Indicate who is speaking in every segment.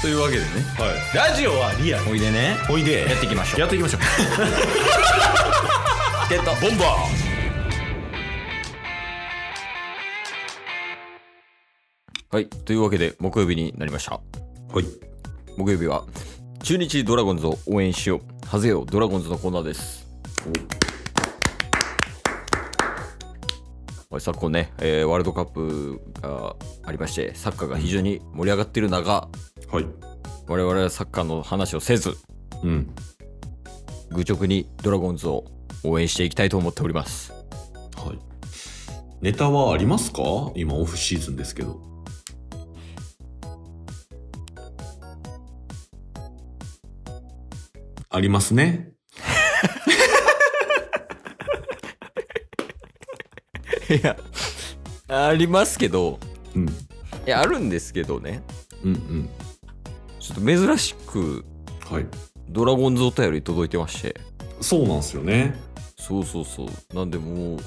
Speaker 1: というわけでね
Speaker 2: はい、ラジオはリアル
Speaker 1: おいでね
Speaker 2: おいで
Speaker 1: やっていきましょう
Speaker 2: やっていきましょう
Speaker 1: ゲット
Speaker 2: ボンバ
Speaker 1: はいというわけで木曜日になりました
Speaker 2: ーはい
Speaker 1: 木曜日は中日ドラゴンズを応援しようハゼよドラゴンズのコーナーですはい昨今ね、えーワールドカップがありましてサッカーが非常に盛り上がっている中
Speaker 2: はい
Speaker 1: 我々はサッカーの話をせず
Speaker 2: うん
Speaker 1: 愚直にドラゴンズを応援していきたいと思っております
Speaker 2: はいネタはありますか今オフシーズンですけどありますね
Speaker 1: いやありますけど
Speaker 2: うん
Speaker 1: いやあるんですけどね
Speaker 2: うんうん
Speaker 1: ちょっと珍しく
Speaker 2: はい
Speaker 1: ドラゴンズお便り届いてまして
Speaker 2: そうなんですよね
Speaker 1: そうそうそうなんでもう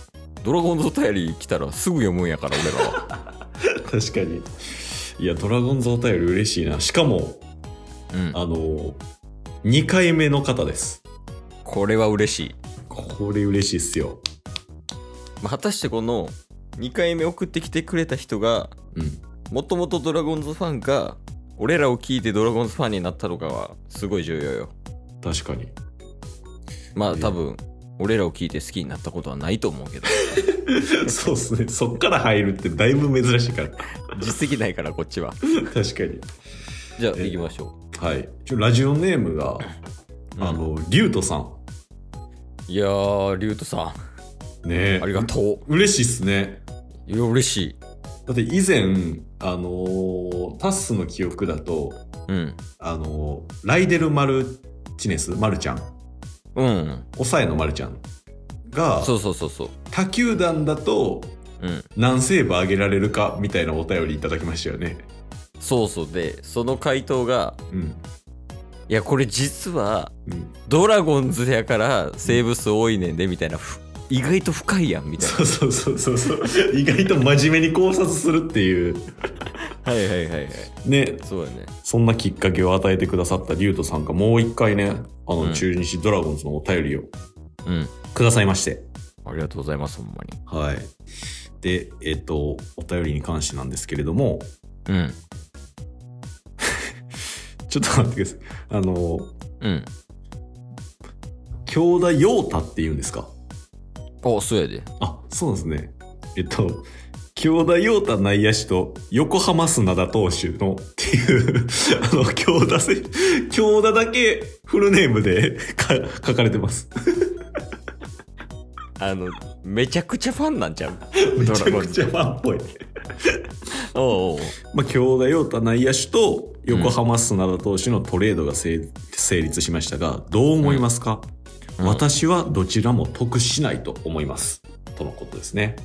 Speaker 1: ドラゴンズお便り来たらすぐ読むんやから俺らは
Speaker 2: 確かにいやドラゴンズお便り嬉しいなしかも
Speaker 1: うん
Speaker 2: あの2回目の方です
Speaker 1: これは嬉しい、
Speaker 2: これ嬉しいっすよ
Speaker 1: まあ、果たしてこの2回目送ってきてくれた人が
Speaker 2: うん
Speaker 1: もともとドラゴンズファンか俺らを聞いてドラゴンズファンになったのかはすごい重要よ
Speaker 2: 確か に
Speaker 1: まあ
Speaker 2: うん
Speaker 1: 多分俺らを聞いて好きになったことはないと思うけ ど
Speaker 2: そうっすねそっから入るってだいぶ珍しいから
Speaker 1: 実績ないからこっちは
Speaker 2: 確かに
Speaker 1: じゃあ
Speaker 2: え
Speaker 1: 行きましょ
Speaker 2: はいちょラジオネームが
Speaker 1: う、
Speaker 2: あ
Speaker 1: うん
Speaker 2: のリュウトさん
Speaker 1: いやーリュウトさ
Speaker 2: ね
Speaker 1: んありがとう
Speaker 2: う嬉しいっすね
Speaker 1: いや嬉しい
Speaker 2: だって以前あのータッスの記憶だと
Speaker 1: うん
Speaker 2: あのーライデル・マルチネスマルちゃん
Speaker 1: うん
Speaker 2: 抑えのマルちゃんが
Speaker 1: そうそうそうそう
Speaker 2: 他球団だと
Speaker 1: うん
Speaker 2: 何セーブ上げられるかみたいなお便りいただきましたよね。
Speaker 1: そうそうでその回答が
Speaker 2: うん。
Speaker 1: いやこれ実は
Speaker 2: うん、
Speaker 1: ドラゴンズやからセーブ数多いねんでみたいなふ意外と深いやんみたい
Speaker 2: そうそうそうそうそう。 意外と真面目に考察するっていう。
Speaker 1: な はいはいはいはい
Speaker 2: ね。
Speaker 1: そうだね
Speaker 2: そんなきっかけを与えてくださったリュウトさんがもう一回ね、あ
Speaker 1: う
Speaker 2: の
Speaker 1: ん
Speaker 2: 中日ドラゴンズのお便りを
Speaker 1: うん
Speaker 2: くださいまして。
Speaker 1: ありがとうございますほんまに
Speaker 2: はい。で、えっ、と、お便りに関してなんですけれども、
Speaker 1: うん
Speaker 2: ちょっと待ってください。あの、
Speaker 1: うん
Speaker 2: 京田陽太って言うんですか
Speaker 1: おそうやで
Speaker 2: あ、そうですね。えっと、京田陽太内野手と横浜砂田投手のっていう、 あの、京田せ、京田だけフルネームで か書かれてます。
Speaker 1: あのめちゃくちゃファンなんちゃう
Speaker 2: めちゃ
Speaker 1: ドラゴ
Speaker 2: く
Speaker 1: ン
Speaker 2: ち
Speaker 1: ズ
Speaker 2: ゃファンっぽい。
Speaker 1: おうおう
Speaker 2: まあ、京田陽太内野手と横浜砂田投手のトレードが成成立しましたが、どう思いますか、
Speaker 1: うん
Speaker 2: 私はどちらも得しないと思います。とのことですね。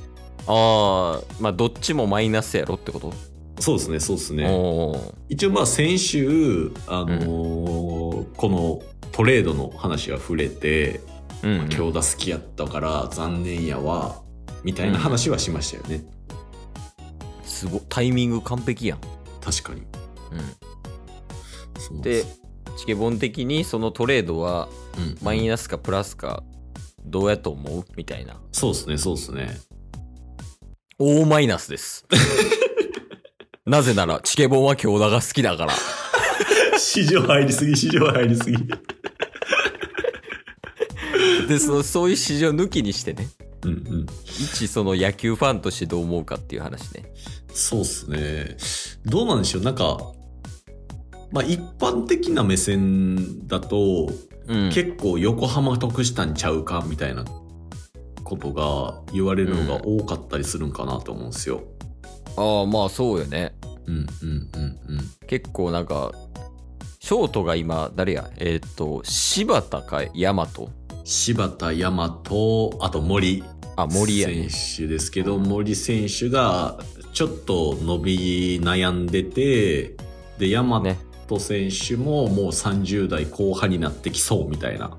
Speaker 1: ああまあどっちもマイナスやろってこと、
Speaker 2: そうですね、そうですね。
Speaker 1: おうおう
Speaker 2: 一応まあ先週、あのーこのトレードの話が触れて、
Speaker 1: うんうん
Speaker 2: 京田好きやったから残念やわみたいな話はしましたよね、
Speaker 1: すごいタイミング完璧やん、
Speaker 2: 確かに
Speaker 1: う
Speaker 2: そ
Speaker 1: ん、
Speaker 2: う
Speaker 1: でチケボン的にそのトレードは
Speaker 2: うん
Speaker 1: マイナスかプラスかどうやと思うみたいな
Speaker 2: そうですねそうですね
Speaker 1: 大マイナスですなぜならチケボンは京田が好きだから
Speaker 2: 市場入りすぎ市場入りすぎ
Speaker 1: でそのそういう市場抜きにしてね
Speaker 2: うんうん
Speaker 1: 一その野球ファンとしてどう思うかっていう話ね
Speaker 2: そうですねどうなんでしょうなんかまあ一般的な目線だと、
Speaker 1: うん
Speaker 2: 結構横浜得したんちゃうかみたいなことが言われるのが多かったりするんかなと思うんですよ。
Speaker 1: ああまあそうよね
Speaker 2: うんうんうんうん。
Speaker 1: 結構なんかショートが今誰やえーっと柴田か大和
Speaker 2: 柴田大和あと森
Speaker 1: あ森やね
Speaker 2: 選手ですけど森選手がちょっと伸び悩んでてで大和
Speaker 1: ね
Speaker 2: 選手ももう30代後半になってきそうみたいな、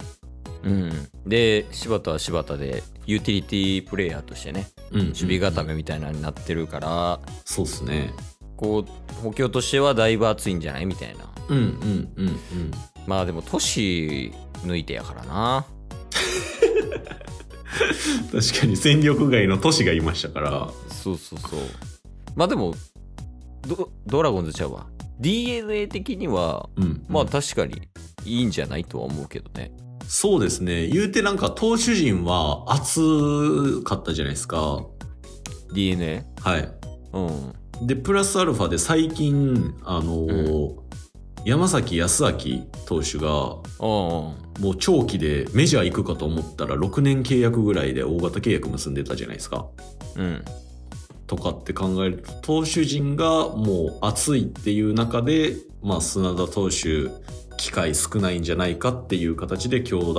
Speaker 1: うん、で柴田は柴田でユーティリティプレイヤーとしてね
Speaker 2: うん、
Speaker 1: 守備固めみたいなのになってるから、
Speaker 2: そうっすね
Speaker 1: こう補強としてはだいぶ熱いんじゃないみたいな
Speaker 2: うんうんうんうん。
Speaker 1: まあでも年抜いてやからな
Speaker 2: 確かに戦力外の都市がいましたから。
Speaker 1: そうそうそうまあでもドドラゴンズちゃうわ DNA 的には
Speaker 2: うん。
Speaker 1: まあ確かにいいんじゃないとは思うけどね
Speaker 2: そうですね。言うてなんか投手陣は熱かったじゃないですか。
Speaker 1: DNA
Speaker 2: はい。
Speaker 1: うん
Speaker 2: で、プラスアルファで最近、あのー山崎康明投手が、
Speaker 1: うん
Speaker 2: もう長期でメジャー行くかと思ったら6年契約ぐらいで大型契約結んでたじゃないですか。
Speaker 1: うん
Speaker 2: とかって考えると、投手陣がもう熱いっていう中で、まあ、砂田投手、機会少ないんじゃないかっていう形で京田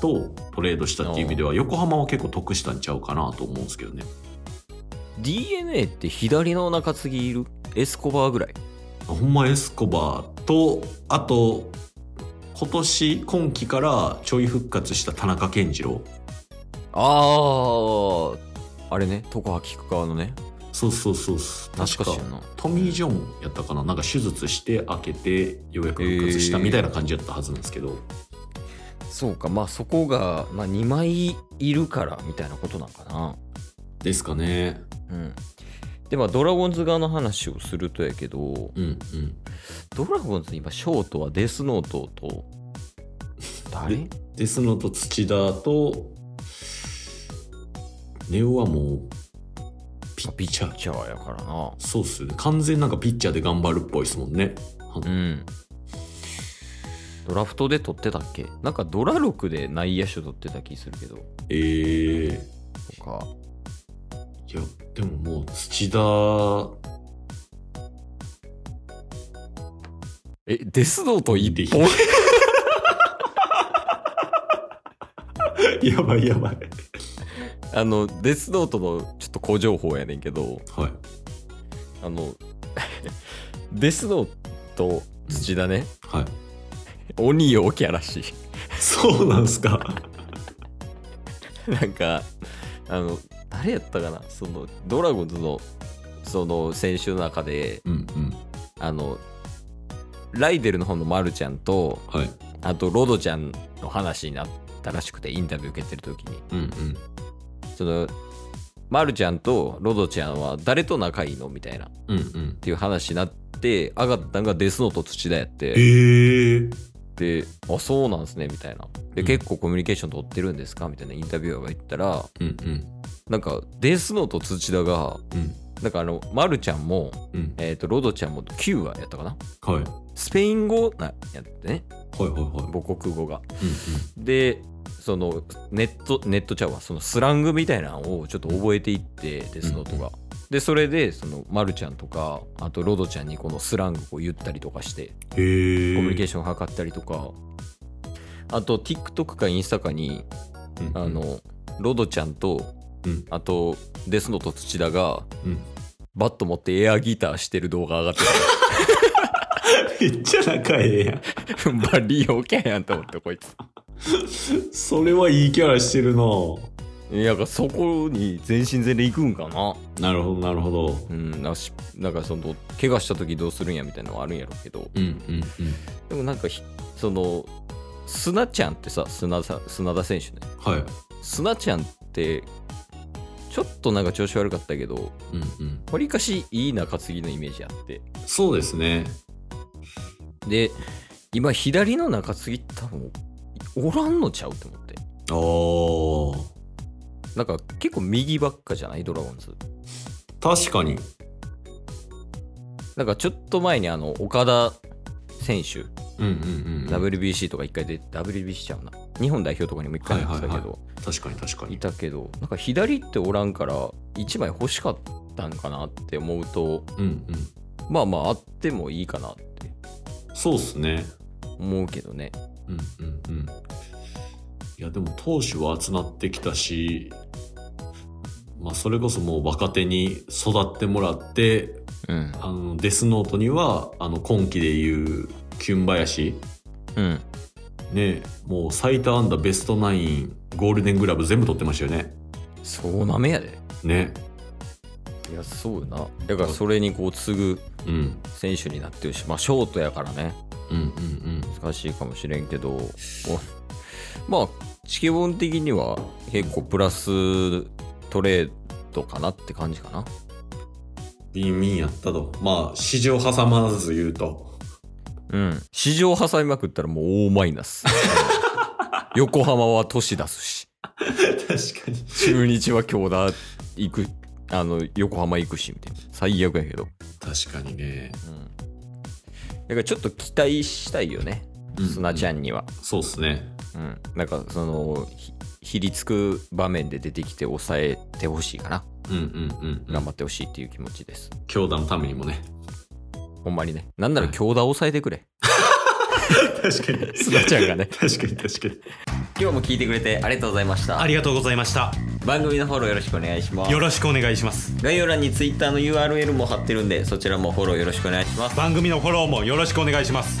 Speaker 2: とトレードしたっていう意味では、横浜は結構得したんちゃうかなと思うんですけどね。
Speaker 1: DNA って左の中継ぎいるエスコバーぐらい
Speaker 2: ほんまエスコバーと、あと、今年、今季からちょい復活した田中健次郎。
Speaker 1: あああれね常葉菊川のね
Speaker 2: そうそうそうそう。
Speaker 1: 懐かしいよな
Speaker 2: トミー・ジョンやったかななんか手術して開けてようやく復活したみたいな感じだったはずなんですけど、
Speaker 1: そうかまあそこが、まあ、2枚いるからみたいなことなんかな
Speaker 2: ですかね
Speaker 1: うんでまあドラゴンズ側の話をするとやけど
Speaker 2: うんうん
Speaker 1: ドラゴンズ今ショートはデスノートと誰
Speaker 2: でデスノート土田とネオはもうピッ
Speaker 1: ピッ
Speaker 2: チ
Speaker 1: チ
Speaker 2: ャ
Speaker 1: ャ
Speaker 2: ー
Speaker 1: ーやからな
Speaker 2: そうっすよね完全なんかピッチャーで頑張るっぽいですもんね
Speaker 1: うんドラフトで取ってたっけなんかドラ6で内野手取ってた気するけど
Speaker 2: えー、い
Speaker 1: とか
Speaker 2: やでももう土田
Speaker 1: えデスノート
Speaker 2: 一
Speaker 1: 一
Speaker 2: 本
Speaker 1: 本
Speaker 2: やばいやばい
Speaker 1: あのデスノートのちょっと小情報やねんけど
Speaker 2: はい
Speaker 1: あの デスノート土田ね
Speaker 2: はい
Speaker 1: 鬼陽キャらしい
Speaker 2: そうなんすか
Speaker 1: なんかあの誰やったかなそのドラゴンズのその選手の中で
Speaker 2: うんうん
Speaker 1: あのライデルの方のマルちゃんと
Speaker 2: はい
Speaker 1: あとロドちゃんの話になったらしくてインタビュー受けてる時に
Speaker 2: うんうん
Speaker 1: そのマルちゃんとロドちゃんは誰と仲いいのみたいなっ
Speaker 2: うんうん
Speaker 1: ていう話になって上がったんがデスノート土田やって
Speaker 2: えー、
Speaker 1: であそうなんすねみたいなで
Speaker 2: うん
Speaker 1: 結構コミュニケーション取ってるんですかみたいなインタビュアーが言ったら
Speaker 2: うんうん
Speaker 1: なんかデスノート土田が
Speaker 2: うん
Speaker 1: なんかあの、マルちゃんも、
Speaker 2: うん
Speaker 1: えっ、と、ロドちゃんもキューバやったかな
Speaker 2: はい
Speaker 1: スペイン語なんやってね、
Speaker 2: はいはいはい
Speaker 1: 母国語が。
Speaker 2: うんうん
Speaker 1: で、そのネット、ネットちゃうわ、そのスラングみたいなのをちょっと覚えていって、デスノートが。で、それで、その、マルちゃんとか、あと、ロドちゃんにこのスラングを言ったりとかして、
Speaker 2: へえ
Speaker 1: コミュニケーションを図ったりとか、あと、TikTok かインスタかに、あの、ロドちゃんと、
Speaker 2: うん
Speaker 1: あと、デスノート土田が、
Speaker 2: うん
Speaker 1: バット持ってエアギターしてる動画上が って
Speaker 2: めっちゃ仲ええやん
Speaker 1: 踏ん張りようけんやんと思ってこいつ
Speaker 2: それはいいキャラしてるない
Speaker 1: やなんかそこに全身全霊行くんかな
Speaker 2: なるほどなるほど
Speaker 1: うんなんかしなんかその怪我した時どうするんやみたいなのはあるんやろうけど
Speaker 2: うんうんうん
Speaker 1: でもなんかひその砂ちゃんってさ砂さ砂田選手ね
Speaker 2: はい
Speaker 1: 砂ちゃんってちょっとなんか調子悪かったけど
Speaker 2: うんうん
Speaker 1: わりかしいい中継ぎのイメージあって
Speaker 2: そうですね
Speaker 1: で今左の中継ぎ多分おらんのちゃうと思って
Speaker 2: あー
Speaker 1: なんか結構右ばっかじゃないドラゴンズ
Speaker 2: 確かに
Speaker 1: なんかちょっと前にあの岡田選手、
Speaker 2: うんうんうん
Speaker 1: WBC とか一回出て WBC ちゃうな日本代表とかにも一回出てたけど、
Speaker 2: はいいはい確かに確かに
Speaker 1: たけどなんか左っておらんから1枚欲しかったんかなって思うと
Speaker 2: うんうん
Speaker 1: まあまああってもいいかなって
Speaker 2: そうっすね
Speaker 1: 思うけどね
Speaker 2: うんうんうんいやでも投手は集まってきたしまあそれこそもう若手に育ってもらって
Speaker 1: うん
Speaker 2: あのデスノートにはあの今季でいうキュンバヤシ
Speaker 1: うん
Speaker 2: ねもう最多安打ベストナインゴールデングラブ全部取ってましたよね
Speaker 1: そうなめやで
Speaker 2: ね
Speaker 1: いやそうよなだからそれにこう次ぐ
Speaker 2: うん
Speaker 1: 選手になってるしまあショートやからね
Speaker 2: うんうん
Speaker 1: 難しいかもしれんけどおまあチケボン的には結構プラストレードかなって感じかな
Speaker 2: ビンビンやったとまあ市場挟まず言うと
Speaker 1: うん市場挟みまくったらもう大マイナ ス横浜は都市出すし
Speaker 2: 確かに
Speaker 1: 中日は京田行くあの横浜行くしみたいな最悪やけど
Speaker 2: 確かにね
Speaker 1: うんだからちょっと期待したいよね砂ちゃんには、
Speaker 2: そうっすね
Speaker 1: うん、なんかそのひひりつく場面で出てきて抑えてほしいかな
Speaker 2: うんうんうん
Speaker 1: 頑張ってほしいっていう気持ちです、
Speaker 2: 強打のためにもね
Speaker 1: ほんまにねなんなら
Speaker 2: はい
Speaker 1: 強打を抑えてくれ
Speaker 2: 確かに
Speaker 1: すなちゃんがね
Speaker 2: 確かに確かに
Speaker 1: 今日も聞いてくれてありがとうございました
Speaker 3: ありがとうございました。
Speaker 1: 番組のフォローよろしくお願いしま
Speaker 3: よろしくお願いします。
Speaker 1: 概要欄に Twitter の URL も貼ってるんでそちらもフォローよろしくお願いします
Speaker 3: 番組のフォローもよろしくお願いします。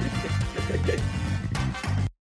Speaker 3: す